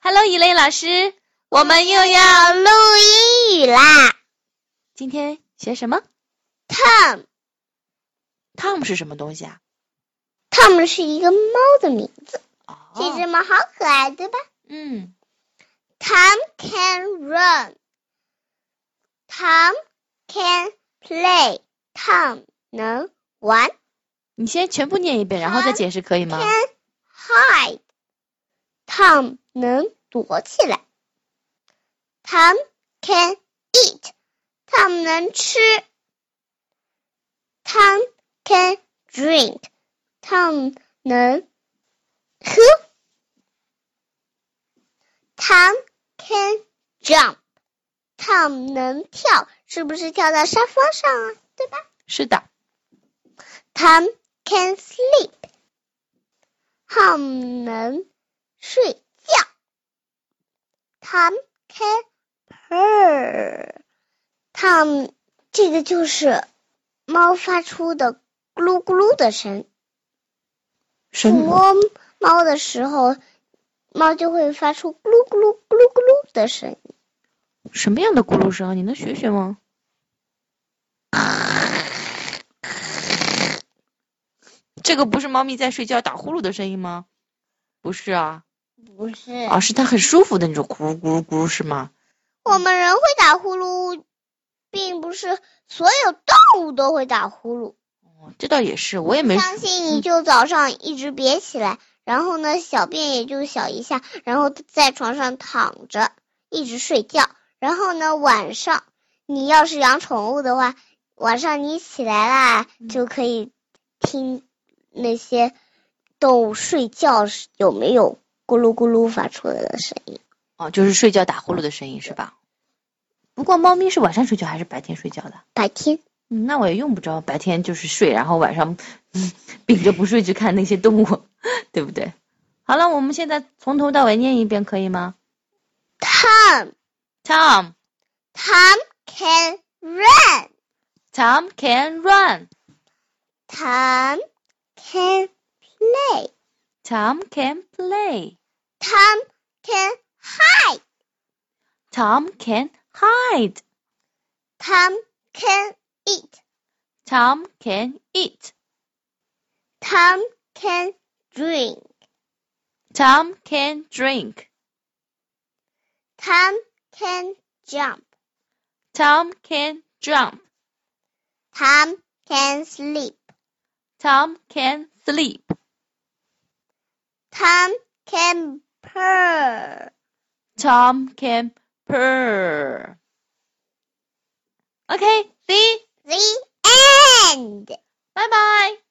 Hello，一类老师，我们又要录英语啦。今天学什么 Tom，Tom ？Tom 是什么东西啊？是一个猫的名字，这只哦，猫好可爱，对吧嗯， ？Tom can run. Tom can play. Tom 能玩。你先全部念一遍，然后再解释可以吗？ Can hide. Tom 能躲起来。Tom can eat. Tom 能吃。Tom can drink. Tom 能喝。Tom can jump. Tom 能跳，是不是跳到沙发上啊？对吧？是的， Tom can sleep. Tom 能睡觉。Tom can purr. Tom 这个就是猫发出的咕噜咕噜的声。什触么？摸猫的时候，猫就会发出咕噜咕噜咕噜咕噜的声音。什么样的咕噜声？你能学学吗？这个不是猫咪在睡觉打呼噜的声音吗？不是啊，不是啊，是它很舒服的那种咕噜咕噜咕噜是吗？我们人会打呼噜，并不是所有动物都会打呼噜。哦这倒也是，我也没相信你就早上一直别起来，然后呢，小便也就小一下，然后在床上躺着一直睡觉，然后呢，晚上你要是养宠物的话，晚上你起来啦，嗯就可以听那些动物睡觉时有没有咕噜咕噜发出来的声音。哦，就是睡觉打呼噜的声音是吧？不过猫咪是晚上睡觉还是白天睡觉的？白天嗯，那我也用不着白天就是睡，然后晚上嗯秉着不睡去看那些动物， 对不对？好了，我们现在从头到尾念一遍可以吗，Tom ？Tom, Tom can run, Tom can run, Tom can play. Tom can play, Tom can hide. Tom can hide, Tom can eat. Tom can eat, Tom can drink. Tom can drink, Tom can jump. Tom can jump, Tom can sleep. Tom can sleep, Tom can purr. Tom can purr. Okay, see, The end. bye bye.